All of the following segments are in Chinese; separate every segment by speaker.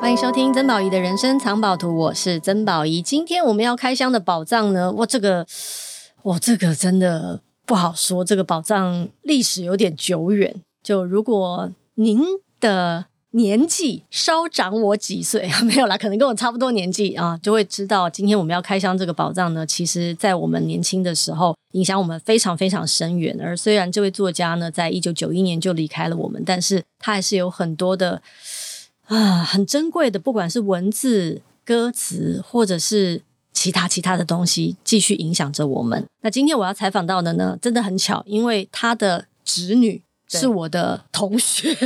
Speaker 1: 欢迎收听曾宝仪的人生藏宝图，我是曾宝仪。今天我们要开箱的宝藏呢，哇，这个，哇，这个真的不好说。这个宝藏历史有点久远，就如果您的年纪稍长我几岁， 没有啦，可能跟我差不多年纪啊，就会知道今天我们要开箱这个宝藏呢，其实在我们年轻的时候影响我们非常非常深远。而虽然这位作家呢，在一九九一年就离开了我们，但是他还是有很多的。啊，很珍贵的，不管是文字、歌词，或者是其他其他的东西，继续影响着我们。那今天我要采访到的呢，真的很巧，因为他的侄女
Speaker 2: 对
Speaker 1: 是我的同学。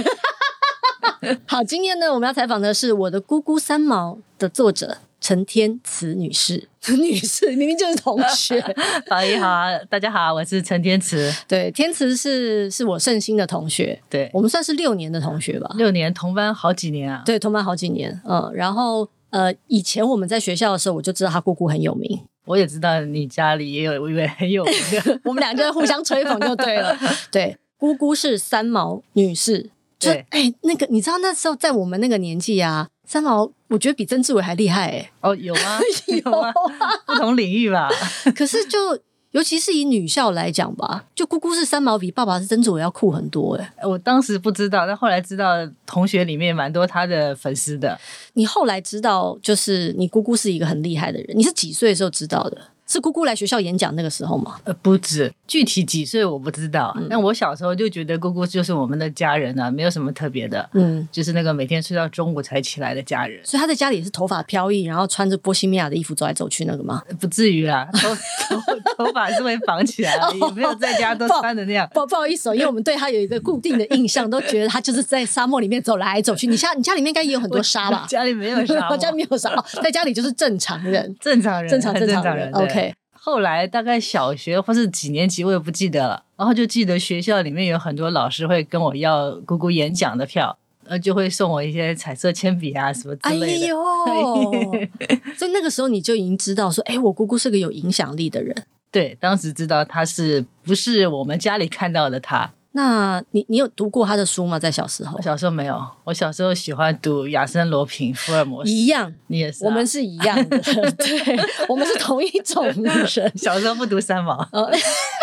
Speaker 1: 好，今天呢，我们要采访的是我的《姑姑三毛》的作者陈天慈女士。 女士明明就是同学，
Speaker 2: 宝仪好啊，大家好，我是陈天池，
Speaker 1: 对，天慈是是我圣心的同学，
Speaker 2: 对，
Speaker 1: 我们算是六年的同学吧。
Speaker 2: 六年同班好几年啊，
Speaker 1: 对，同班好几年，嗯，然后呃，以前我们在学校的时候，我就知道他姑姑很有名，
Speaker 2: 我也知道你家里也有一位很有名 的
Speaker 1: 我们俩就在互相吹捧就对了。对，姑姑是三毛女士，就
Speaker 2: 对
Speaker 1: 哎、那个你知道那时候在我们那个年纪啊，三毛我觉得比曾志伟还厉害哎、
Speaker 2: 哦，有吗？ 有
Speaker 1: 有啊
Speaker 2: 吗？不同领域吧，
Speaker 1: 可是就尤其是以女校来讲吧，就姑姑是三毛比爸爸是曾志伟要酷很多哎、
Speaker 2: 我当时不知道，但后来知道同学里面蛮多他的粉丝的，
Speaker 1: 你后来知道，就是你姑姑是一个很厉害的人，你是几岁的时候知道的？是姑姑来学校演讲那个时候吗？
Speaker 2: 呃，不止，具体几岁我不知道，
Speaker 1: 嗯
Speaker 2: 但我小时候就觉得姑姑就是我们的家人啊，没有什么特别的，
Speaker 1: 嗯，
Speaker 2: 就是那个每天睡到中午才起来的家人，
Speaker 1: 所以他在家里也是头发飘逸，然后穿着波西米亚的衣服走来走去那个吗？
Speaker 2: 不至于啦，头 头头发是会绑起来而
Speaker 1: 哦
Speaker 2: 已，没有在家都穿的那样。？
Speaker 1: 不不 好意思哦，因为我们对他有一个固定的印象，都觉得他就是在沙漠里面走来走去。你家你家里面应该也有很多沙吧
Speaker 2: 家里没有 沙
Speaker 1: 我
Speaker 2: 漠，
Speaker 1: 家没有沙，哦在家里就是正常人，
Speaker 2: 正常人，
Speaker 1: 正常
Speaker 2: 很
Speaker 1: 正
Speaker 2: 正
Speaker 1: 常
Speaker 2: 人。
Speaker 1: 人。
Speaker 2: 对
Speaker 1: OK，
Speaker 2: 后来大概小学或是几年级我也不记得了，然后就记得学校里面有很多老师会跟我要姑姑演讲的票，呃，就会送我一些彩色铅笔啊什么之
Speaker 1: 哎
Speaker 2: 类的。
Speaker 1: 呦，所以那个时候你就已经知道说，哎，我姑姑是个有影响力的人。
Speaker 2: 对，当时知道他是不是我们家里看到的他。
Speaker 1: 那你你有读过她的书吗？在小时候
Speaker 2: 我，小时候没有，我小时候喜欢读亚森罗平、福尔摩斯，
Speaker 1: 一样，
Speaker 2: 你也是啊、
Speaker 1: 我们是一样的， 对，我们是同一种人。
Speaker 2: 小时候不读三毛，
Speaker 1: 呃，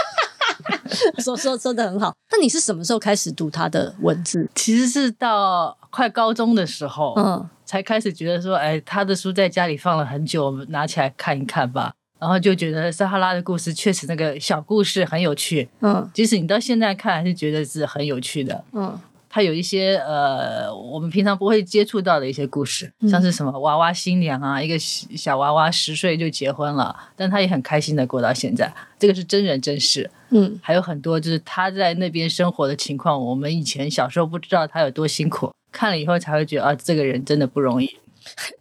Speaker 1: 说说说的很好。那你是什么时候开始读她的文字？
Speaker 2: 其实是到快高中的时候，
Speaker 1: 嗯，
Speaker 2: 才开始觉得说，哎，他的书在家里放了很久，我们拿起来看一看吧。然后就觉得撒哈拉的故事确实那个小故事很有趣，
Speaker 1: 嗯
Speaker 2: 即使你到现在看还是觉得是很有趣的。
Speaker 1: 嗯，
Speaker 2: 它有一些呃，我们平常不会接触到的一些故事，像是什么娃娃新娘啊，一个小小娃娃十岁就结婚了，但她也很开心的过到现在。这个是真人真事，
Speaker 1: 嗯
Speaker 2: 还有很多就是他在那边生活的情况，我们以前小时候不知道他有多辛苦，看了以后才会觉得啊，这个人真的不容易。，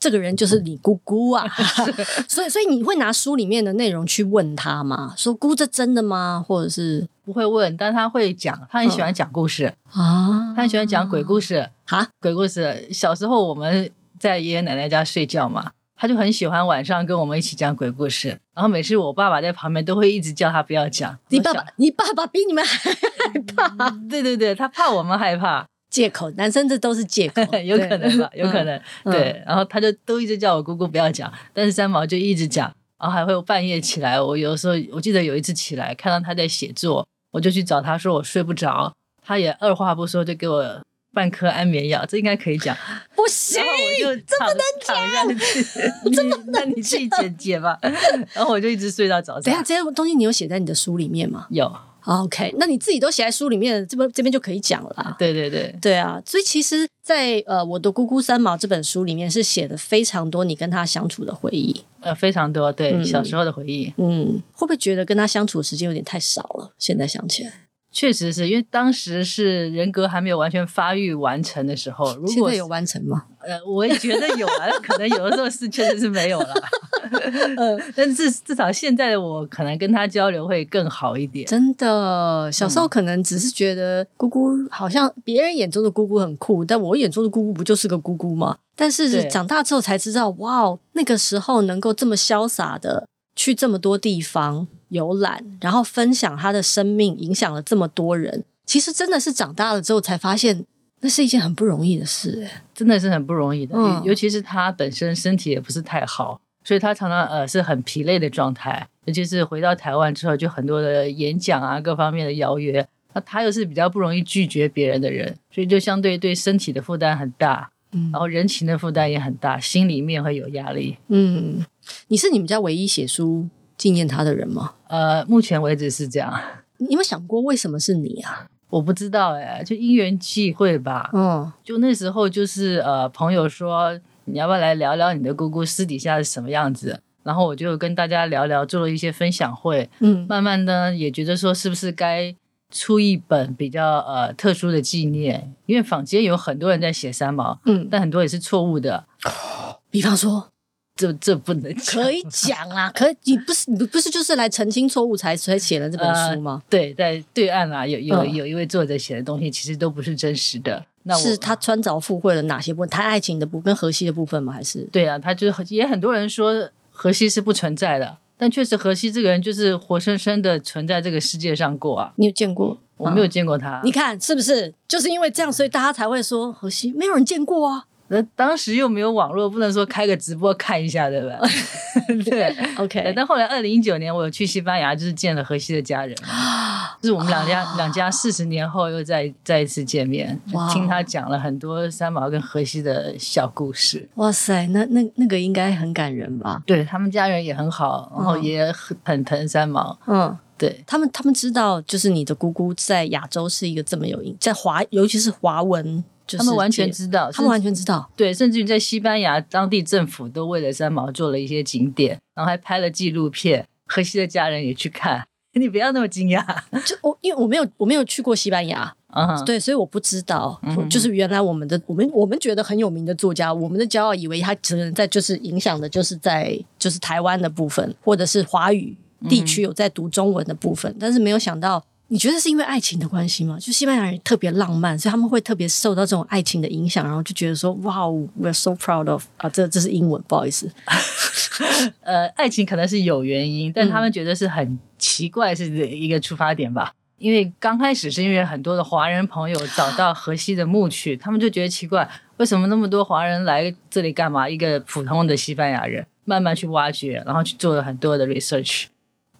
Speaker 1: 这个人就是你姑姑 啊，所以所以你会拿书里面的内容去问他吗？说姑这真的吗？或者是
Speaker 2: 不会问，但他会讲，他很喜欢讲故事，
Speaker 1: 啊
Speaker 2: 他很喜欢讲鬼故事。
Speaker 1: 啊，
Speaker 2: 鬼故事，小时候我们在爷爷奶奶家睡觉嘛，他就很喜欢晚上跟我们一起讲鬼故事。然后每次我爸爸在旁边都会一直叫他不要讲。
Speaker 1: 你爸
Speaker 2: 我嗯
Speaker 1: 爸你爸爸比你们还
Speaker 2: 想？对对对，他怕我们害怕，
Speaker 1: 借口，男生这都是借口
Speaker 2: ，有可能吧，
Speaker 1: 对
Speaker 2: 有可。能。
Speaker 1: 嗯
Speaker 2: 对，然后他就都一直叫我姑姑不要讲，但是三毛就一直讲，然后还会半夜起来。我有时候我记得有一次起来看到他在写作，我就去找他说我睡不着，他也二话不说就给我半颗安眠药，这应该可以讲。
Speaker 1: 嗯不行
Speaker 2: 然，后我就躺躺下去，这么那你自己解解吧。 然后我就一直睡到早
Speaker 1: 等一下
Speaker 2: 上。
Speaker 1: 这些东西你有写在你的书里面吗
Speaker 2: 有，
Speaker 1: ？OK，那你自己都写在书里面，这边这边就可以讲了啊。
Speaker 2: 对对对，
Speaker 1: 对啊，所以其实在，呃我的姑姑三毛这本书里面是写的非常多你跟她相处的回忆。
Speaker 2: 呃，非常多，对、
Speaker 1: 嗯
Speaker 2: 小时候的回忆。
Speaker 1: 嗯，会不会觉得跟她相处的时间有点太少了？现在想起来。
Speaker 2: 确实是因为当时是人格还没有完全发育完成的时候，如
Speaker 1: 现
Speaker 2: 果
Speaker 1: 在有完成吗？
Speaker 2: 呃，我也觉得有啊，可能有的时候是确实是没有了， 呃
Speaker 1: 嗯，
Speaker 2: 但至至少现在的我可能跟他交流会更好一点。
Speaker 1: 真的，小时候可能只是觉得姑姑好像别人眼中的姑姑很酷，但我眼中的姑姑不就是个姑姑吗？但是
Speaker 2: 对
Speaker 1: 长大之后才知道，哇哦，那个时候能够这么潇洒的去这么多地方游览，然后分享她的生命，影响了这么多人。其实真的是长大了之后才发现，那是一件很不容易的事、哎
Speaker 2: 真的是很不容易的，
Speaker 1: 嗯
Speaker 2: 尤尤其是他本身身体也不是太好，所以他常常呃是很疲累的状态，尤其是回到台湾之后，就很多的演讲啊各方面的邀约，那他又是比较不容易拒绝别人的人，所以就相对对身体的负担很大，
Speaker 1: 嗯
Speaker 2: 然后人情的负担也很大，心里面会有压力。
Speaker 1: 嗯，你是你们家唯一写书纪念他的人吗？
Speaker 2: 呃，目前为止是这样，
Speaker 1: 你有没有想过为什么是你啊？
Speaker 2: 我不知道哎、就因缘际会吧，
Speaker 1: 嗯
Speaker 2: 就那时候就是呃，朋友说你要不要来聊聊你的姑姑私底下是什么样子，然后我就跟大家聊聊，做了一些分享会，
Speaker 1: 嗯
Speaker 2: 慢慢呢也觉得说是不是该出一本比较呃特殊的纪念，因为坊间有很多人在写三毛，
Speaker 1: 嗯，
Speaker 2: 但很多也是错误的，
Speaker 1: 比方说，
Speaker 2: 这这不能讲
Speaker 1: 可以讲 啊，可你不是你不不是就是来澄清错误才才写了这本书吗？
Speaker 2: 对，在对岸啊，有有
Speaker 1: 嗯
Speaker 2: 有一位作者写的东西其实都不是真实的，那我
Speaker 1: 是他穿凿附会了哪些部分？谈爱情的部分跟荷西的部分吗？还是
Speaker 2: 对啊，他就是也很多人说荷西是不存在的，但确实荷西这个人就是活生生的存在这个世界上过啊，
Speaker 1: 你有见过？
Speaker 2: 我没有
Speaker 1: 啊。
Speaker 2: 见过他。
Speaker 1: 你看是不是？就是因为这样，所以大家才会说荷西没有人见过啊。
Speaker 2: 那当时又没有网络，不能说开个直播看一下，对吧？ 对。对
Speaker 1: OK，
Speaker 2: 但后来，二零一九年我有去西班牙，就是见了荷西的家人嘛， 就是我们两家、两家四十年后又再再一次见面，就
Speaker 1: 啊哇哦
Speaker 2: 听他讲了很多三毛跟荷西的小故事。
Speaker 1: 哇塞，那那那个应该很感人吧？
Speaker 2: 对他们家人也很好，然后也很很疼三毛。
Speaker 1: 嗯，
Speaker 2: 对，
Speaker 1: 他们他们知道，就是你的姑姑在亚洲是一个这么有影，在华，尤其是华文，就是
Speaker 2: 他们完全
Speaker 1: 界
Speaker 2: 知道，
Speaker 1: 他们完全知道。
Speaker 2: 对，甚至于在西班牙，当地政府都为了三毛做了一些景点，然后还拍了纪录片，荷西的家人也去看。 你不要那么惊讶，
Speaker 1: 就我因为我没有我没有去过西班牙，
Speaker 2: 啊，
Speaker 1: 对，所以我不知道，
Speaker 2: 嗯哼
Speaker 1: 就是原来我们的我们我们觉得很有名的作家，我们的骄傲以为他只能在就是影响的就是在就是台湾的部分，或者是华语
Speaker 2: 嗯
Speaker 1: 地区有在读中文的部分，但是没有想到。你觉得是因为爱情的关系吗？就西班牙人特别浪漫，所以他们会特别受到这种爱情的影响，然后就觉得说，哇，we're 哦 so proud of 啊，这这是英文，不好意思，
Speaker 2: 呃，爱情可能是有原因，但他们觉得是很奇怪，是一个出发点吧。因为刚开始是因为很多的华人朋友找到荷西的墓去，他们就觉得奇怪，为什么那么多华人来这里干嘛？一个普通的西班牙人慢慢去挖掘，然后去做了很多的 research，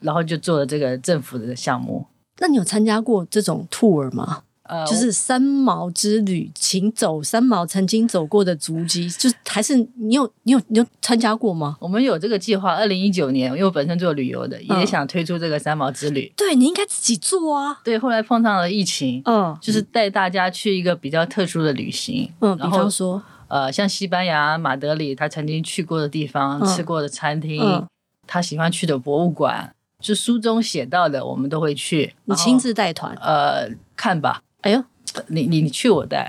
Speaker 2: 然后就做了这个政府的项目。
Speaker 1: 那你有参加过这种 tour 吗？
Speaker 2: 呃，
Speaker 1: 就是三毛之旅，请走三毛曾经走过的足迹，就是还是你有你有你有参加过吗？
Speaker 2: 我们有这个计划，二零一九年，因为我本身做旅游的，
Speaker 1: 嗯
Speaker 2: 也想推出这个三毛之旅。
Speaker 1: 对你应该自己做啊。
Speaker 2: 对，后来碰上了疫情，
Speaker 1: 嗯
Speaker 2: 就是带大家去一个比较特殊的旅行。
Speaker 1: 嗯，比
Speaker 2: 然后
Speaker 1: 方说，
Speaker 2: 呃，像西班牙马德里，他曾经去过的地方、
Speaker 1: 嗯
Speaker 2: 吃过的餐厅，
Speaker 1: 嗯
Speaker 2: 他喜欢去的博物馆，就书中写到的，我们都会去。
Speaker 1: 你
Speaker 2: 然后
Speaker 1: 亲自带团。
Speaker 2: 呃看吧，
Speaker 1: 哎呦，
Speaker 2: 你你你去我带。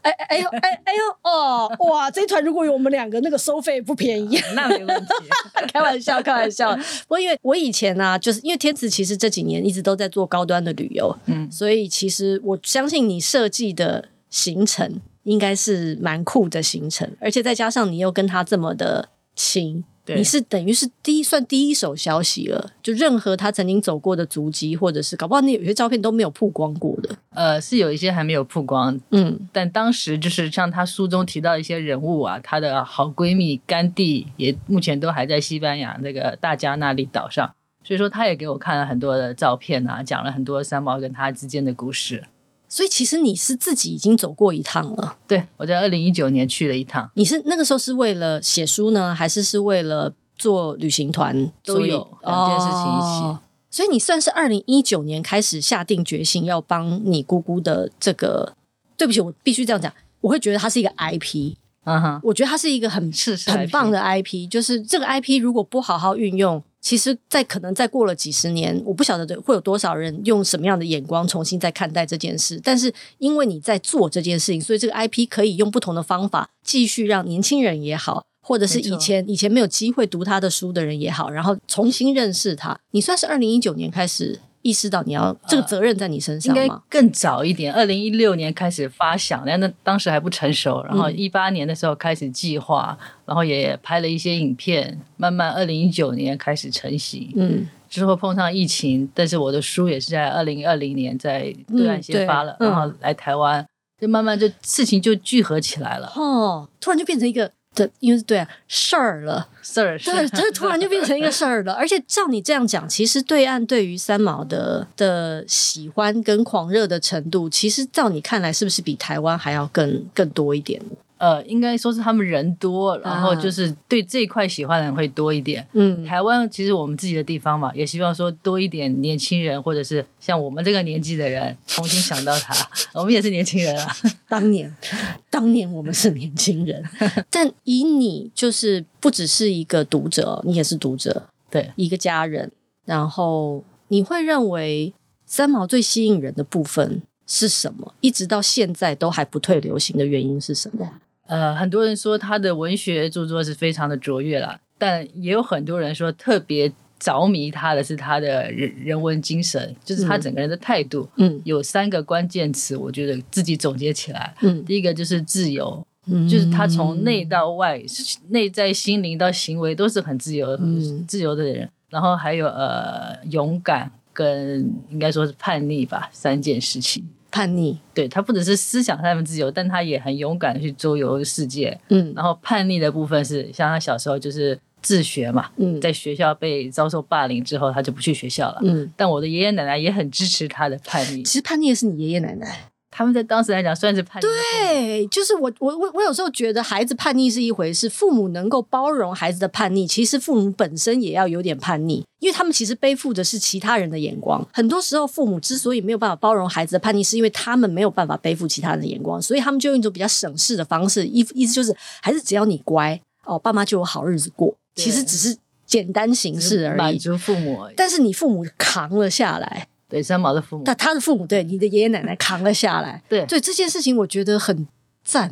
Speaker 1: 哎哎哎呦，哎哎呦，哦，哇， 这一团如果有我们两个，那个收费不便宜。
Speaker 2: 那没问题。
Speaker 1: 开玩笑，开玩笑。不过因为我以前呢、啊，就是因为天慈其实这几年一直都在做高端的旅游，
Speaker 2: 嗯
Speaker 1: 所以其实我相信你设计的行程应该是蛮酷的行程，而且再加上你又跟他这么的亲，
Speaker 2: 对
Speaker 1: 你是等于是第一算第一手消息了，就任何他曾经走过的足迹，或者是搞不好你有些照片都没有曝光过的，
Speaker 2: 呃，是有一些还没有曝光，
Speaker 1: 嗯
Speaker 2: 但当时就是像她书中提到一些人物啊，她的好闺蜜甘地也目前都还在西班牙那个大加那利岛上，所以说她也给我看了很多的照片啊，讲了很多三毛跟她之间的故事。
Speaker 1: 所以其实你是自己已经走过一趟了。
Speaker 2: 对我在二零一九年去了一趟，
Speaker 1: 你是那个时候是为了写书呢，还是是为了做旅行团？
Speaker 2: 都
Speaker 1: 所以
Speaker 2: 有两件事情一起
Speaker 1: 哦所以你算是二零一九年开始下定决心要帮你姑姑的这个，对不起，我必须这样讲，我会觉得它是一个 IP，
Speaker 2: 嗯哼，
Speaker 1: 我觉得它是一个很
Speaker 2: 是是
Speaker 1: 很棒
Speaker 2: 的，
Speaker 1: 的 IP，就是这个 IP 如果不好好运用，其实在可能再过了几十年，我不晓得会有多少人用什么样的眼光重新再看待这件事。但是因为你在做这件事情，所以这个 IP 可以用不同的方法继续让年轻人也好，或者是
Speaker 2: 没错
Speaker 1: 以前以前没有机会读他的书的人也好，然后重新认识他。你算是二零一九年开始意识到你要这个责任在你身
Speaker 2: 应
Speaker 1: 上
Speaker 2: 该
Speaker 1: 吗？
Speaker 2: 更早一点，二零一六年开始发想，但那当时还不成熟，然后
Speaker 1: 嗯
Speaker 2: 一八年的时候开始计划，然后也拍了一些影片，慢慢二零一九年开始成型。
Speaker 1: 嗯，
Speaker 2: 之后碰上疫情，但是我的书也是在二零二零年在对岸
Speaker 1: 嗯对
Speaker 2: 先发了，
Speaker 1: 嗯
Speaker 2: 然后来台湾。就慢慢就事情就聚合起来了。
Speaker 1: 哦，突然就变成一个对，因为对啊事儿了，
Speaker 2: 事儿 是
Speaker 1: 对，这突然就变成一个事儿了。而且照你这样讲，其实对岸对于三毛的的喜欢跟狂热的程度，其实照你看来，是不是比台湾还要更更多一点？
Speaker 2: 呃，应该说是他们人多，然后就是对这一块喜欢的人会多一点。
Speaker 1: 啊嗯，
Speaker 2: 台湾其实我们自己的地方嘛，也希望说多一点年轻人，或者是像我们这个年纪的人，重新想到他， 我们也是年轻人啊。
Speaker 1: 当年，当年我们是年轻人， 但以你就是不只是一个读者，哦你也是读 者，
Speaker 2: 对，
Speaker 1: 一个家人。然后你会认为三毛最吸引人的部分是什么？一直到现在都还不退流行的原因是什么？
Speaker 2: 呃，很多人说他的文学著作是非常的卓越啦，但也有很多人说特别着迷他的是他的人人文精神，就是他整个人的态度。
Speaker 1: 嗯
Speaker 2: 有三个关键词，我觉得自己总结起来，
Speaker 1: 嗯，
Speaker 2: 第一个就是自由，
Speaker 1: 嗯
Speaker 2: 就是他从内到外，内在心灵到行为都是很自由、
Speaker 1: 嗯
Speaker 2: 自由的人。然后还有呃，勇敢跟应该说是叛逆吧，三件事情。
Speaker 1: 叛逆，
Speaker 2: 对他不只是思想上面自由，但他也很勇敢地去周游世界。
Speaker 1: 嗯
Speaker 2: 然后叛逆的部分是，像他小时候就是自学嘛，
Speaker 1: 嗯
Speaker 2: 在学校被遭受霸凌之后，他就不去学校了。
Speaker 1: 嗯，
Speaker 2: 但我的爷爷奶奶也很支持他的叛逆
Speaker 1: 其，实叛逆的是你爷爷奶奶。
Speaker 2: 他们在当时来讲算是叛逆的父母。
Speaker 1: 对，就是我我我我有时候觉得孩子叛逆是一回事，父母能够包容孩子的叛逆，其实父母本身也要有点叛逆，因为他们其实背负的是其他人的眼光。很多时候，父母之所以没有办法包容孩子的叛逆，是因为他们没有办法背负其他人的眼光，所以他们就用一种比较省事的方式，意意思就是还是只要你乖哦，爸妈就有好日子过。
Speaker 2: 对
Speaker 1: 其实只是简单形式而
Speaker 2: 满
Speaker 1: 已，
Speaker 2: 足父母而已，
Speaker 1: 但是你父母扛了下来。
Speaker 2: 对三毛的父母，
Speaker 1: 但他的父母对你的爷爷奶奶扛了下来，
Speaker 2: 对
Speaker 1: 对这件事情，我觉得很赞。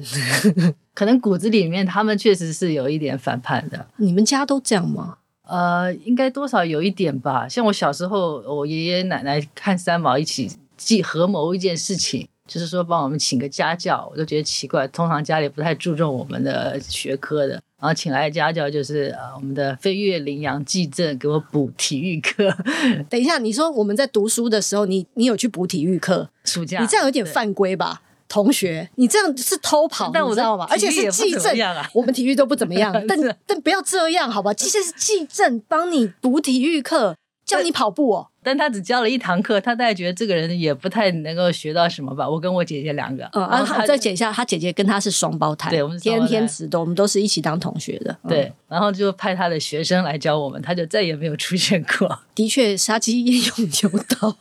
Speaker 2: 可能骨子里面他们确实是有一点反叛的，
Speaker 1: 你们家都这样吗？
Speaker 2: 呃，应该多少有一点吧。像我小时候，我爷爷奶奶看三毛一起记合谋一件事情，就是说帮我们请个家教，我都觉得奇怪，通常家里不太注重我们的学科的。然后请来的家教就是呃我们的飞跃羚羊记证给我补体育课，
Speaker 1: 等一下，你说我们在读书的时候，你你有去补体育课，
Speaker 2: 暑假
Speaker 1: 你这样有点犯规吧？同学，你这样是偷跑，
Speaker 2: 但
Speaker 1: 你
Speaker 2: 我
Speaker 1: 知
Speaker 2: 的
Speaker 1: 道吗？而且是
Speaker 2: 体育
Speaker 1: 记
Speaker 2: 也不怎
Speaker 1: 证
Speaker 2: 么样啊，，
Speaker 1: 我们体育都不怎么样但
Speaker 2: 是啊
Speaker 1: 但不要这样，好吧？这些是记证，帮你补体育课，教你跑步哦。
Speaker 2: 但他只教了一堂课，他大概觉得这个人也不太能够学到什么吧。我跟我姐姐两个，
Speaker 1: 嗯，
Speaker 2: 然
Speaker 1: 啊，
Speaker 2: 后
Speaker 1: 好
Speaker 2: 他
Speaker 1: 再解一下，他姐姐跟他是双胞胎，
Speaker 2: 对我们是双
Speaker 1: 天
Speaker 2: 胞胎
Speaker 1: 天池的，我们都是一起当同学的。嗯，
Speaker 2: 对，然后就派他的学生来教我们，他就再也没有出现过。
Speaker 1: 的确，杀鸡 焉用牛刀。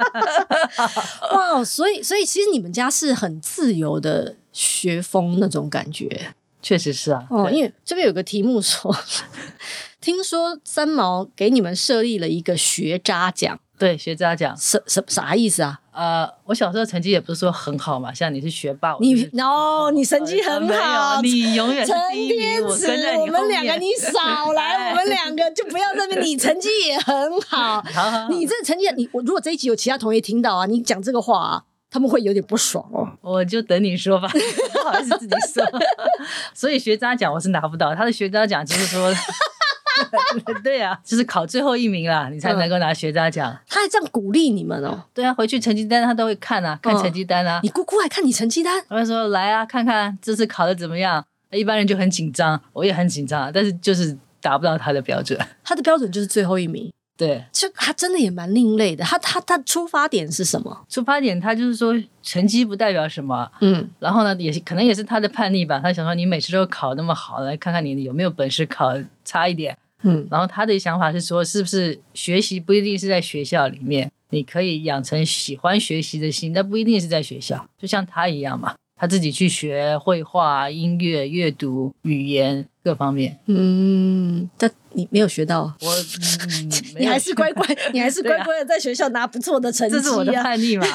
Speaker 1: 哇，哦所以所以其实你们家是很自由的学风那种感觉
Speaker 2: 确实是啊，
Speaker 1: 哦。
Speaker 2: 对
Speaker 1: 因为这边有个题目说， 听说三毛给你们设立了一个学渣奖，
Speaker 2: 对学渣讲，
Speaker 1: 什什啥意思啊？
Speaker 2: 呃，我小时候成绩也不是说很好嘛，像你是学霸，我
Speaker 1: 你
Speaker 2: 就是
Speaker 1: 哦，你成绩
Speaker 2: 呃
Speaker 1: 很
Speaker 2: 没有
Speaker 1: 好。
Speaker 2: 你永远是
Speaker 1: 陈
Speaker 2: 第一名，
Speaker 1: 天
Speaker 2: 我
Speaker 1: 池
Speaker 2: 跟在，
Speaker 1: 我
Speaker 2: 你后
Speaker 1: 们
Speaker 2: 面。
Speaker 1: 两个你少来，
Speaker 2: 哎
Speaker 1: 我们两个就不要在那 边。你成绩也很好，
Speaker 2: 好好好，
Speaker 1: 你这成绩，你我如果这一集有其他同学听到啊，你讲这个话啊，他们会有点不爽哦。
Speaker 2: 我就等你 说吧，不好意思自己说。 所以学渣奖我是拿不到，他的学渣奖就 是说， 对啊，就是考最后一名啦，你才
Speaker 1: 嗯
Speaker 2: 能够拿学渣奖。
Speaker 1: 他还这样鼓励你们哦，
Speaker 2: 对啊，回去成绩单他都会看啊，
Speaker 1: 嗯
Speaker 2: 看成绩单啊。
Speaker 1: 你姑姑还看你成绩单，
Speaker 2: 他会说来啊，看看这次考的怎么样。一般人就很紧张，我也很紧张啊，但是就是达不到他的标准。
Speaker 1: 他的标准就是最后一名，
Speaker 2: 对，
Speaker 1: 这他真的也蛮另类的。他他他出发点是什么？
Speaker 2: 出发点他就是说成绩不代表什么，
Speaker 1: 嗯，
Speaker 2: 然后呢，也是可能也是他的叛逆吧。他想说你每次都考那么好，来看看你有没有本事考差一点。
Speaker 1: 嗯
Speaker 2: 然后他的想法是说，是不是学习不一定是在学校里面，你可以养成喜欢学习的心，但不一定是在学校，就像他一样嘛，他自己去学绘画、音乐、阅读、语言各方面。
Speaker 1: 嗯，但你没有学到，
Speaker 2: 我、嗯、 没
Speaker 1: 你
Speaker 2: 有
Speaker 1: 还是乖乖，你还是
Speaker 2: 对啊
Speaker 1: 乖乖的在学校拿不错的成绩、啊。
Speaker 2: 这是我的叛逆嘛？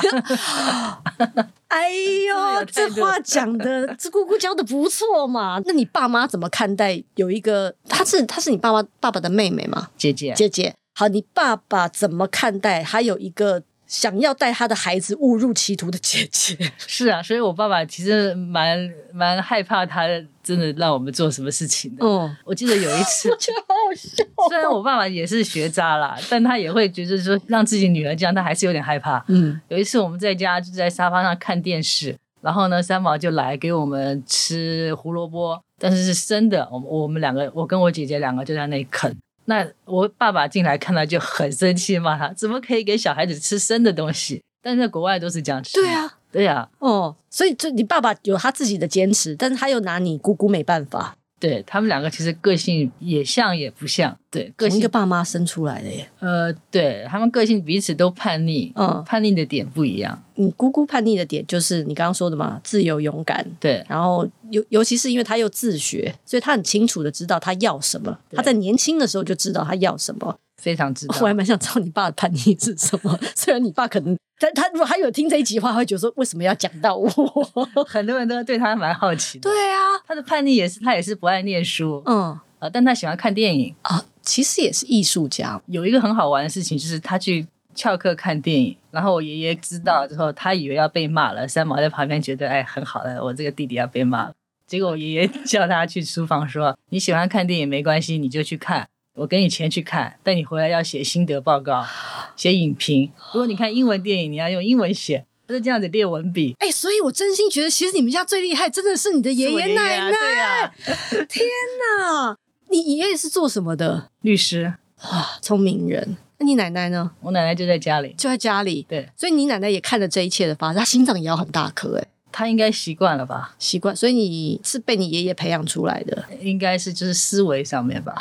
Speaker 1: 哎
Speaker 2: 有
Speaker 1: 呦，
Speaker 2: 态
Speaker 1: 这
Speaker 2: 度
Speaker 1: 话讲的，这姑姑教的不错嘛。那你爸妈怎么看待有一个？她是她是你爸妈爸爸的妹妹吗？
Speaker 2: 姐姐，
Speaker 1: 姐姐，好，你爸爸怎么看待还有一个想要带他的孩子误入歧途的姐姐？
Speaker 2: 是啊，所以我爸爸其实蛮蛮害怕他真的让我们做什么事情 的。
Speaker 1: 嗯，，
Speaker 2: 我记得有一次
Speaker 1: 觉得好好笑。
Speaker 2: 虽然我爸爸也是学渣啦，但他也会觉得说让自己女儿这样，他还是有点害怕。
Speaker 1: 嗯
Speaker 2: 有一次我们在家就在沙发上看电视，然后呢，三毛就来给我们吃胡萝卜，但是是生的。我我们两个，我跟我姐姐两个就在那里啃。那我爸爸进来看到就很生气，骂他怎么可以给小孩子吃生的东西？但是在国外都是这样吃。
Speaker 1: 对，啊，
Speaker 2: 对呀、啊，
Speaker 1: 哦，所以就你爸爸有他自己的坚持，但是他又拿你姑姑没办法，
Speaker 2: 对他们两个其实个性也像也不像，对个
Speaker 1: 同一
Speaker 2: 性
Speaker 1: 个爸妈生出来的耶。
Speaker 2: 呃，对他们个性彼此都叛逆，
Speaker 1: 嗯，
Speaker 2: 叛逆的点不一样。
Speaker 1: 你姑姑叛逆的点就是你刚刚说的嘛，自由勇敢。
Speaker 2: 对
Speaker 1: 然后尤尤其是因为他又自学，所以他很清楚的知道他要什么。
Speaker 2: 对
Speaker 1: 他在年轻的时候就知道他要什么。
Speaker 2: 非常知道。
Speaker 1: 我还蛮想知道你爸的叛逆是什么。虽然你爸可能，但他如果他有听这一集的话，他会觉得说为什么要讲到我？
Speaker 2: 很多人都对他蛮好奇的。
Speaker 1: 对啊，
Speaker 2: 他的叛逆也是，他也是不爱念书，
Speaker 1: 嗯
Speaker 2: 呃，但他喜欢看电影。
Speaker 1: 啊，其实也是艺术家。
Speaker 2: 有一个很好玩的事情，就是他去翘课看电影，然后我爷爷知道之后，他以为要被骂了，三毛在旁边觉得哎很好了，我这个弟弟要被骂了。结果我爷爷叫他去书房说：“你喜欢看电影没关系，你就去看，我给你钱去看，但你回来要写心得报告，写影评。如果你看英文电影，你要用英文写，他是这样子列文笔。”
Speaker 1: 哎、所以我真心觉得，其实你们家最厉害，真的是你的爷
Speaker 2: 我
Speaker 1: 爷奶
Speaker 2: 啊
Speaker 1: 奶
Speaker 2: 对啊，
Speaker 1: 啊！你爷爷是做什么的？
Speaker 2: 律师，
Speaker 1: 哇，聪明人。那你奶奶呢？
Speaker 2: 我奶奶哎就在家里。
Speaker 1: 就在家里，
Speaker 2: 对
Speaker 1: 所以你奶奶也看着这一切的发生，她心脏也要很大颗哎、
Speaker 2: 他应该习惯了吧？
Speaker 1: 习惯。所以你是被你爷爷培养出来的。
Speaker 2: 应该是就是思维上面吧。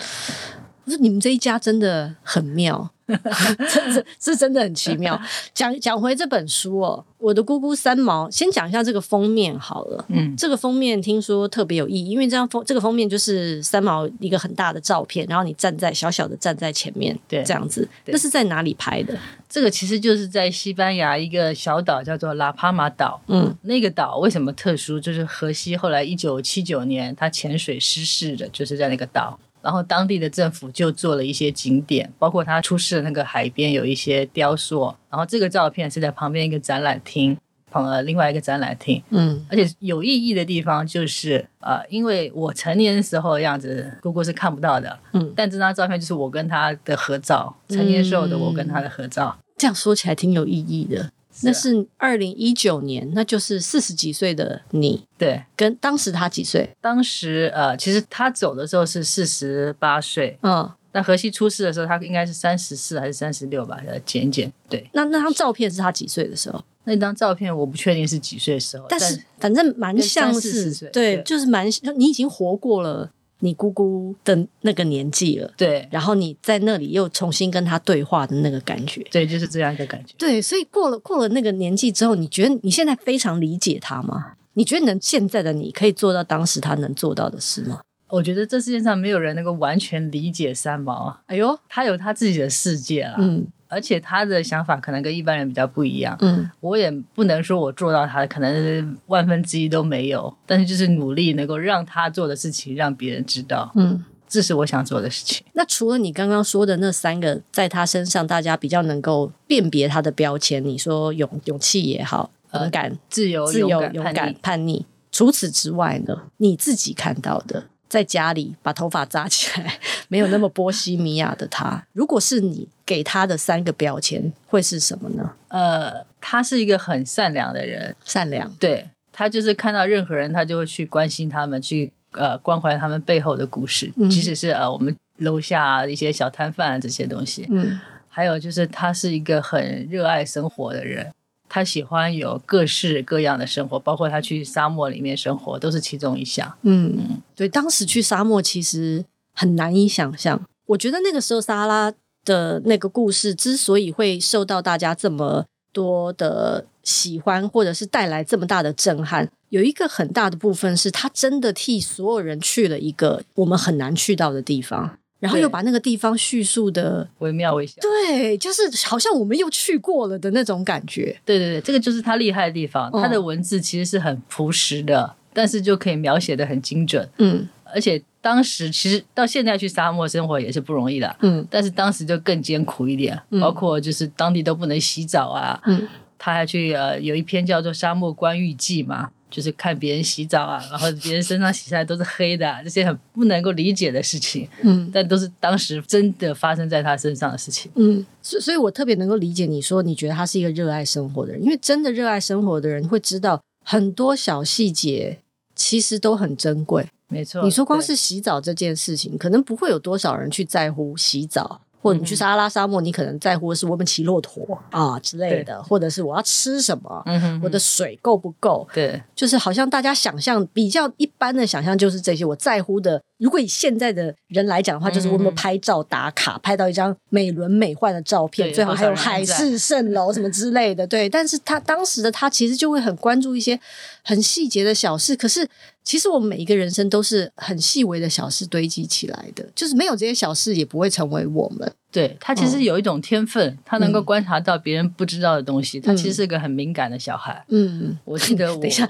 Speaker 1: 我说你们这一家真的很妙， 真的是真的很奇妙。讲讲回这本书哦，我的姑姑三毛，先讲一下这个封面好了。
Speaker 2: 嗯，
Speaker 1: 这个封面听说特别有意义，因为这张封这个封面就是三毛一个很大的照片，然后你站在小小的站在前面，
Speaker 2: 对
Speaker 1: 这样子。
Speaker 2: 对
Speaker 1: 那是在哪里拍的？
Speaker 2: 这个其实就是在西班牙一个小岛叫做拉帕马岛。
Speaker 1: 嗯
Speaker 2: 那个岛为什么特殊？就是荷西后来一九七九年他潜水失事的，就是在那个岛。然后当地的政府就做了一些景点，包括他出事的那个海边有一些雕塑。然后这个照片是在旁边一个展览厅，旁呃另外一个展览厅。
Speaker 1: 嗯
Speaker 2: 而且有意义的地方就是，呃，因为我成年时候的样子，姑姑是看不到的，
Speaker 1: 嗯，
Speaker 2: 但这张照片就是我跟她的合照，成年时候的我跟她的合照，
Speaker 1: 这样说起来挺有意义的。那
Speaker 2: 啊
Speaker 1: 是二零一九年，那就是四十几岁的你
Speaker 2: 对。
Speaker 1: 跟当时他几岁？
Speaker 2: 当时呃，其实她走的时候是四十八岁，
Speaker 1: 嗯，
Speaker 2: 那荷西出事的时候，她应该是三十四还是三十六吧，呃，减一减。对，
Speaker 1: 那那张照片是他几岁的时候？
Speaker 2: 那张照片我不确定是几岁的时候，
Speaker 1: 但是反正蛮像
Speaker 2: 对三四十
Speaker 1: 是
Speaker 2: 岁，
Speaker 1: 对，
Speaker 2: 对
Speaker 1: 就是蛮像你已经活过了你姑姑的那个年纪了。
Speaker 2: 对
Speaker 1: 然后你在那里又重新跟他对话的那个感觉，
Speaker 2: 对，就是这样一个感觉。
Speaker 1: 对，所以过了过了那个年纪之后，你觉得你现在非常理解他吗？你觉得能现在的你可以做到当时他能做到的事吗？
Speaker 2: 我觉得这世界上没有人能够完全理解三毛，
Speaker 1: 哎呦，
Speaker 2: 她有她自己的世界啦。
Speaker 1: 嗯
Speaker 2: 而且他的想法可能跟一般人比较不一样。
Speaker 1: 嗯，
Speaker 2: 我也不能说我做到他，可能万分之一都没有，但是就是努力能够让他做的事情让别人知道，
Speaker 1: 嗯，
Speaker 2: 这是我想做的事情。
Speaker 1: 那除了你刚刚说的那三个，在他身上大家比较能够辨别他的标签，你说勇勇气也好，
Speaker 2: 呃
Speaker 1: 勇敢、
Speaker 2: 自由、
Speaker 1: 自由、
Speaker 2: 勇
Speaker 1: 勇
Speaker 2: 敢、叛
Speaker 1: 敢
Speaker 2: 逆，
Speaker 1: 叛逆。除此之外呢，你自己看到的，在家里把头发扎起来， 没有那么波西米亚的他，如果是你给他的三个标签，会是什么呢？
Speaker 2: 呃，他是一个很善良的人，
Speaker 1: 善良，
Speaker 2: 对他就是看到任何人，他就会去关心他们，去呃关怀他们背后的故事，
Speaker 1: 嗯
Speaker 2: 即使是呃我们楼下、一些小摊贩、啊、这些东西。
Speaker 1: 嗯
Speaker 2: 还有就是他是一个很热爱生活的人，他喜欢有各式各样的生活，包括他去沙漠里面生活，都是其中一项。
Speaker 1: 嗯，对，当时去沙漠其实很难以想象。我觉得那个时候撒哈拉的那个故事之所以会受到大家这么多的喜欢，或者是带来这么大的震撼，有一个很大的部分是他真的替所有人去了一个我们很难去到的地方，然后
Speaker 2: 对
Speaker 1: 又把那个地方叙述的，
Speaker 2: 惟妙惟肖，
Speaker 1: 对，就是好像我们又去过了的那种感觉。
Speaker 2: 对对对，这个就是他厉害的地方。
Speaker 1: 嗯
Speaker 2: 他的文字其实是很朴实的，但是就可以描写的很精准。
Speaker 1: 嗯
Speaker 2: 而且当时其实到现在去沙漠生活也是不容易的，
Speaker 1: 嗯
Speaker 2: 但是当时就更艰苦一点，
Speaker 1: 嗯
Speaker 2: 包括就是当地都不能洗澡啊，
Speaker 1: 嗯，
Speaker 2: 他还去呃有一篇叫做《沙漠观浴记》嘛，就是看别人洗澡啊，然后别人身上洗下来都是黑的啊、这些很不能够理解的事情，
Speaker 1: 嗯
Speaker 2: 但都是当时真的发生在他身上的事情。
Speaker 1: 嗯，所所以，我特别能够理解你说，你觉得他是一个热爱生活的人，因为真的热爱生活的人会知道，很多小细节其实都很珍贵。
Speaker 2: 没错。
Speaker 1: 你说光
Speaker 2: 对
Speaker 1: 是洗澡这件事情，可能不会有多少人去在乎洗澡，或者你去
Speaker 2: 嗯
Speaker 1: 撒哈拉沙漠，你可能在乎的是我们骑骆驼啊之类
Speaker 2: 对
Speaker 1: 的，或者是我要吃什么，
Speaker 2: 嗯哼哼
Speaker 1: 我的水够不够，
Speaker 2: 对
Speaker 1: 就是好像大家想象比较一般的想象就是这些。我在乎的，如果以现在的人来讲的话，就是我们
Speaker 2: 嗯
Speaker 1: 拍照打卡，拍到一张美轮美奂的照片，
Speaker 2: 对
Speaker 1: 最好还有
Speaker 2: 多少
Speaker 1: 海
Speaker 2: 人在
Speaker 1: 市蜃楼什么之类的。对，但是他当时的他其实就会很关注一些很细节的小事。可是其实我们每一个人生都是很细微的小事堆积起来的，就是没有这些小事也不会成为我们。
Speaker 2: 对，他其实有一种天分，他能够
Speaker 1: 嗯
Speaker 2: 观察到别人不知道的东西。他其
Speaker 1: 嗯
Speaker 2: 实是个很敏感的小孩。
Speaker 1: 嗯，
Speaker 2: 我记得我，
Speaker 1: 等一下，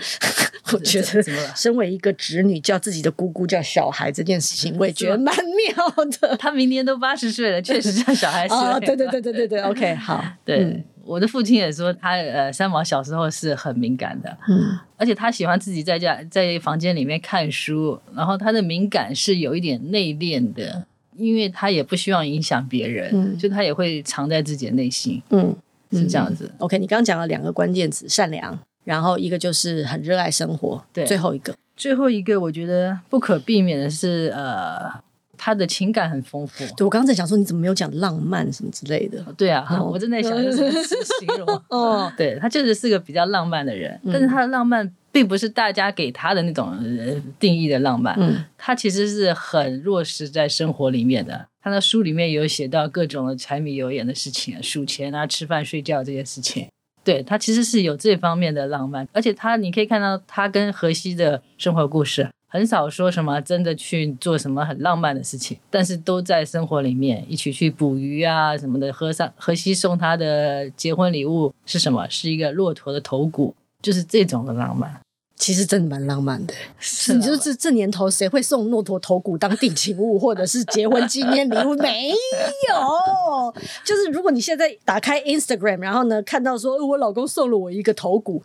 Speaker 1: 我觉
Speaker 2: 怎
Speaker 1: 得
Speaker 2: 怎么了
Speaker 1: 身为一个侄女，叫自己的姑姑叫小孩这件事情，我也觉得蛮妙 的。
Speaker 2: 他明年都八十岁了，确实像小孩似的。
Speaker 1: 啊，对对对对对对，OK，好，
Speaker 2: 对
Speaker 1: 嗯
Speaker 2: 我的父亲也说他呃，三毛小时候是很敏感的，
Speaker 1: 嗯
Speaker 2: 而且他喜欢自己在家在房间里面看书，然后他的敏感是有一点内敛的，因为他也不希望影响别人，
Speaker 1: 嗯
Speaker 2: 所以他也会藏在自己的内心，
Speaker 1: 嗯，
Speaker 2: 是这样子。
Speaker 1: OK，你刚刚讲了两个关键词，善良，然后一个就是很热爱生活，
Speaker 2: 对
Speaker 1: 最后一个，
Speaker 2: 最后一个我觉得不可避免的是呃，他的情感很丰富。
Speaker 1: 对我刚刚在想说你怎么没有讲浪漫什么之类的，
Speaker 2: 对啊，
Speaker 1: 哦
Speaker 2: 我正在想这是怎么形容。
Speaker 1: 哦，
Speaker 2: 对他确实是个比较浪漫的人，
Speaker 1: 嗯
Speaker 2: 但是他的浪漫并不是大家给他的那种呃定义的浪漫，
Speaker 1: 嗯
Speaker 2: 他其实是很落实在生活里面的。他的书里面有写到各种的柴米油盐的事情，数钱啊、吃饭、睡觉这些事情。对他其实是有这方面的浪漫，而且他你可以看到他跟荷西的生活故事，很少说什么真的去做什么很浪漫的事情，但是都在生活里面一起去捕鱼啊什么的。荷上荷西送他的结婚礼物是什么？是一个骆驼的头骨，就是这种的浪漫。
Speaker 1: 其实真的蛮浪漫的，
Speaker 2: 是
Speaker 1: 你就是这这年头谁会送骆驼头骨当定情物或者是结婚纪念礼 物？没有，就是如果你现在打开 Instagram，然后呢看到说、呃我老公送了我一个头骨，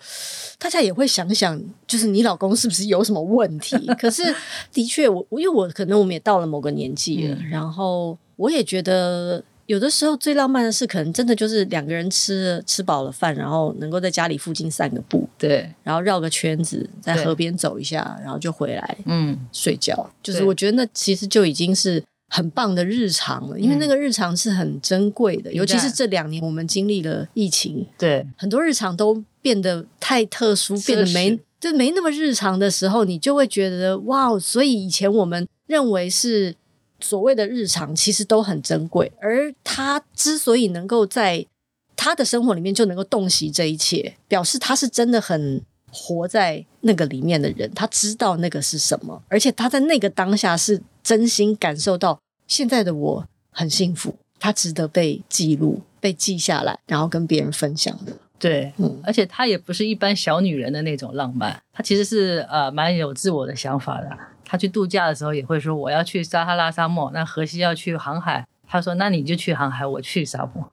Speaker 1: 大家也会想想，就是你老公是不是有什么问题？可 是的确，我我因为我可能我们也到了某个年纪了，
Speaker 2: 嗯
Speaker 1: 然后我也觉得。有的时候最浪漫的事，可能真的就是两个人吃了吃饱了饭，然后能够在家里附近散个步，
Speaker 2: 对，
Speaker 1: 然后绕个圈子，在
Speaker 2: 对
Speaker 1: 河边走一下，然后就回来
Speaker 2: 嗯，
Speaker 1: 睡觉。就是
Speaker 2: 对
Speaker 1: 我觉得那其实就已经是很棒的日常了，因为
Speaker 2: 嗯
Speaker 1: 那个日常是很珍贵的，尤其是这两年我们经历了疫情，
Speaker 2: 对，
Speaker 1: 很多日常都变得太特殊，
Speaker 2: 奢
Speaker 1: 变得没
Speaker 2: 侈
Speaker 1: 就没那么日常的时候，你就会觉得哇哦，所以以前我们认为是所谓的日常，其实都很珍贵，而他之所以能够在他的生活里面就能够洞悉这一切，表示他是真的很活在那个里面的人，他知道那个是什么，而且他在那个当下是真心感受到现在的我很幸福，他值得被记录、被记下来，然后跟别人分享的。
Speaker 2: 对，
Speaker 1: 嗯
Speaker 2: 而且她也不是一般小女人的那种浪漫，她其实是呃蛮有自我的想法的。她去度假的时候也会说我要去撒哈拉沙漠，那荷西要去航海，她说那你就去航海，我去沙漠。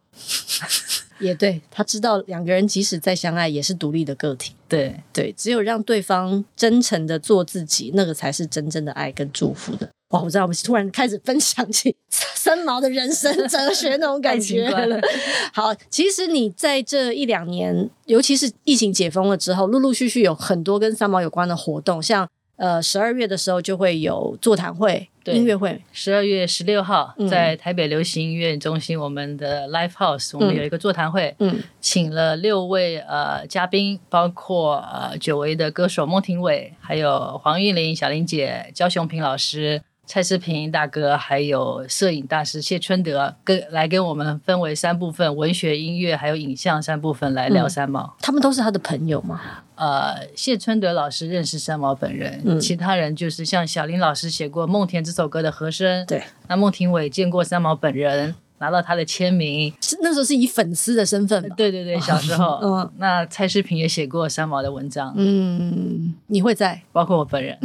Speaker 1: 也对，他知道两个人即使再相爱，也是独立的个体。
Speaker 2: 对
Speaker 1: 对，只有让对方真诚的做自己，那个才是真正的爱跟祝福的。哇，我知道，我们突然开始分享起三毛的人生哲学那种感觉
Speaker 2: 爱情
Speaker 1: 了
Speaker 2: 观。
Speaker 1: 好，其实你在这一两年，尤其是疫情解封了之后，陆陆续续有很多跟三毛有关的活动，像呃十二月的时候就会有座谈会、
Speaker 2: 对
Speaker 1: 音乐会，
Speaker 2: 十二月十六号
Speaker 1: 嗯
Speaker 2: 在台北流行音乐中心，我们的 Live House，我们
Speaker 1: 嗯
Speaker 2: 有一个座谈会，
Speaker 1: 嗯
Speaker 2: 请了六位呃嘉宾，包括呃久违的歌手孟庭苇，还有黄韵玲、小玲姐、焦雄平老师、蔡思平大哥，还有摄影大师谢春德，跟来跟我们分为三部分：文学、音乐还有影像三部分来聊
Speaker 1: 嗯
Speaker 2: 三毛。
Speaker 1: 他们都是他的朋友嘛。
Speaker 2: 呃，谢春德老师认识三毛本人，
Speaker 1: 嗯
Speaker 2: 其他人就是像小林老师写过《梦田》这首歌的和声，
Speaker 1: 对，
Speaker 2: 那孟庭苇见过三毛本人，拿到他的签名，
Speaker 1: 是那时候是以粉丝的身份吧。
Speaker 2: 对对对，小时候，
Speaker 1: 嗯
Speaker 2: 那蔡诗平也写过三毛的文章，
Speaker 1: 嗯，你会在。
Speaker 2: 包括我本人。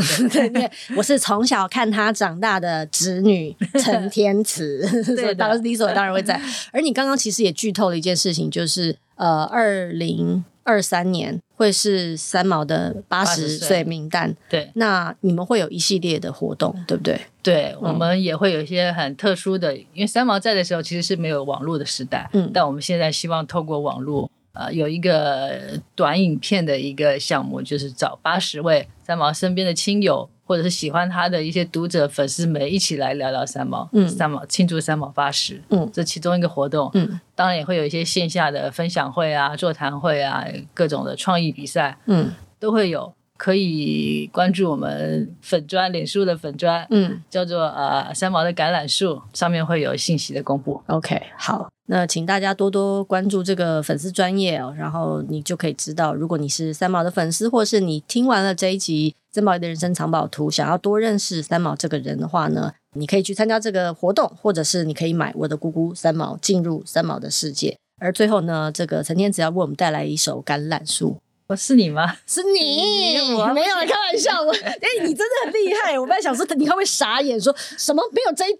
Speaker 1: 对
Speaker 2: 对
Speaker 1: 对，我是从小看他长大的侄女陈天 慈，所以
Speaker 2: 的
Speaker 1: 当然理所当然会 在。而你刚刚其实也剧透了一件事情，就是呃，二零二三年会是三毛的八十
Speaker 2: 80岁
Speaker 1: 岁名单，
Speaker 2: 对
Speaker 1: 那你们会有一系列的活动，对不对？
Speaker 2: 对，
Speaker 1: 嗯
Speaker 2: 我们也会有一些很特殊的，因为三毛在的时候其实是没有网络的时代，
Speaker 1: 嗯
Speaker 2: 但我们现在希望透过网络。呃有一个短影片的一个项目，就是找八十位三毛身边的亲友或者是喜欢他的一些读者粉丝们一起来聊聊三毛，
Speaker 1: 嗯
Speaker 2: 三毛庆祝三毛八十，
Speaker 1: 嗯
Speaker 2: 这其中一个活动，
Speaker 1: 嗯
Speaker 2: 当然也会有一些线下的分享会啊、座谈会啊、各种的创意比赛
Speaker 1: 嗯
Speaker 2: 都会有，可以关注我们粉砖、脸书的粉砖，
Speaker 1: 嗯
Speaker 2: 叫做呃三毛的橄榄树，上面会有信息的公布。
Speaker 1: ，OK，好，那请大家多多关注这个粉丝专业哦，然后你就可以知道，如果你是三毛的粉丝，或是你听完了这一集《曾宝仪的人生藏宝图》，想要多认识三毛这个人的话呢，你可以去参加这个活动，或者是你可以买《我的姑姑三毛》，进入三毛的世界。而最后呢，这个陈天子要为我们带来一首《橄榄树》。
Speaker 2: 我哦是你吗？
Speaker 1: 是你，
Speaker 2: 你我
Speaker 1: 没有开玩笑，我 哎、你真的很厉害。我本来想说你会不会傻眼，说什么没有这一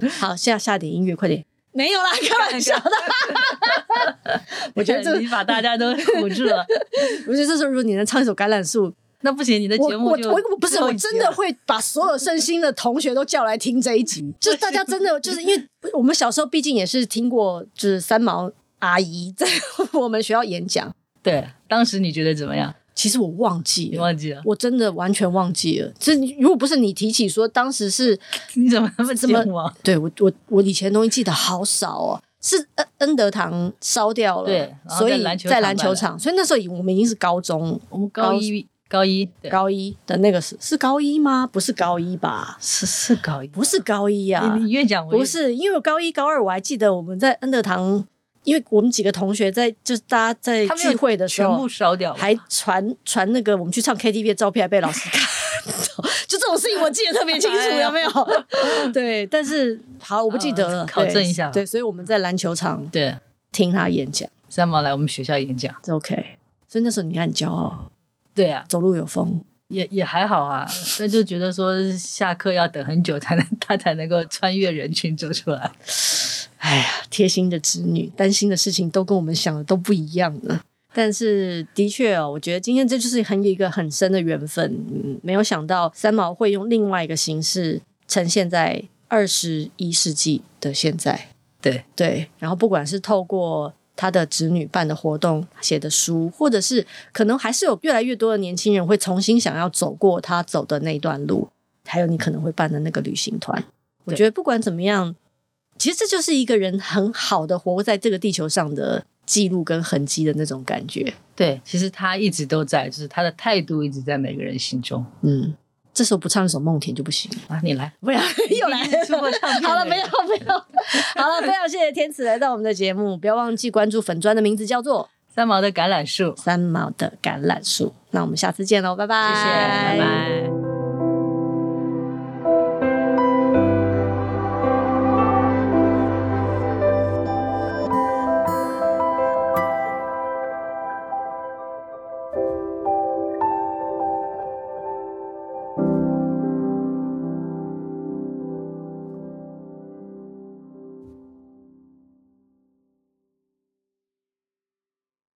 Speaker 1: 段。好，下下点音乐，快点。没 有啦，开玩笑的。 我觉得 这个
Speaker 2: 你把大家都唬住了。
Speaker 1: 我觉得这时候如果你能唱一首《橄榄树》，
Speaker 2: 那不行，你的
Speaker 1: 我
Speaker 2: 节目
Speaker 1: 我
Speaker 2: 就
Speaker 1: 我我不是
Speaker 2: 最后
Speaker 1: 我
Speaker 2: 一集
Speaker 1: 真的
Speaker 2: 了
Speaker 1: 会把所有圣心的同学都叫来听这一 集，就是大家真的就是因为我们小时候毕竟也是听过，就是三毛阿姨在 我们学校演讲，
Speaker 2: 对。当时你觉得怎么样？
Speaker 1: 其实我忘记
Speaker 2: 你
Speaker 1: 了。
Speaker 2: 忘记了？
Speaker 1: 我真的完全忘记了，这如果不是你提起说当时是
Speaker 2: 你怎么那么 啊
Speaker 1: 怎么啊
Speaker 2: 健忘？
Speaker 1: 对我我我以前东西记得好少哦，是恩恩德堂烧掉了，
Speaker 2: 对然后
Speaker 1: 所
Speaker 2: 在
Speaker 1: 以
Speaker 2: 篮球
Speaker 1: 在
Speaker 2: 场
Speaker 1: 篮
Speaker 2: 买
Speaker 1: 球
Speaker 2: 了
Speaker 1: 场，所以那时候已我们已经是高中
Speaker 2: 我们高一高一对
Speaker 1: 高一的那个是是高一吗？不是高一吧？
Speaker 2: 是是高一，
Speaker 1: 不是高一啊，
Speaker 2: 你你越讲我越
Speaker 1: 不是，因为我高一高二我还记得我们在恩德堂，因为我们几个同学在就是大家在
Speaker 2: 他没有
Speaker 1: 聚会的时
Speaker 2: 全
Speaker 1: 候
Speaker 2: 部。烧掉吧，
Speaker 1: 还传传那个我们去唱 KTV 的照片，还被老师看 到，就这种事情我记得特别清楚，
Speaker 2: 哎呀
Speaker 1: 有 没有？对，但是好，我不记得了，
Speaker 2: 呃考证一下
Speaker 1: 对，对所以我们在篮球场
Speaker 2: 对
Speaker 1: 听他演讲
Speaker 2: 三毛来我们学校演讲，
Speaker 1: 这，OK。所以那时候你很骄傲，
Speaker 2: 对啊，
Speaker 1: 走路有风，
Speaker 2: 也也还好啊，但就觉得说下课要等很久才能 他才能够穿越人群走出来。
Speaker 1: 哎呀，贴心的侄女，担心的事情都跟我们想的都不一样呢。但是的确哦，我觉得今天这就是很有一个很深的缘分。嗯，没有想到三毛会用另外一个形式呈现在二十一世纪的现在。
Speaker 2: 对
Speaker 1: 对，然后不管是透过他的侄女办的活动、写的书，或者是可能还是有越来越多的年轻人会重新想要走过他走的那段路，还有你可能会办的那个旅行团。我
Speaker 2: 对
Speaker 1: 觉得不管怎么样，其实这就是一个人很好的活在这个地球上的记录跟痕迹的那种感觉。
Speaker 2: 对，其实他一直都在，就是他的态度一直在每个人心中。
Speaker 1: 嗯，这时候不唱一首《梦田》就不行了。
Speaker 2: 啊，你来，
Speaker 1: 不要， 又来
Speaker 2: 你已经出过唱 片
Speaker 1: 好了，
Speaker 2: 了
Speaker 1: 没有，没有。好了，非常谢谢天子来到我们的节目，不要忘记关注粉砖的名字叫做
Speaker 2: 三毛的橄榄树，
Speaker 1: 三毛的橄榄树。那我们下次见喽，拜拜，
Speaker 2: 谢谢，拜拜。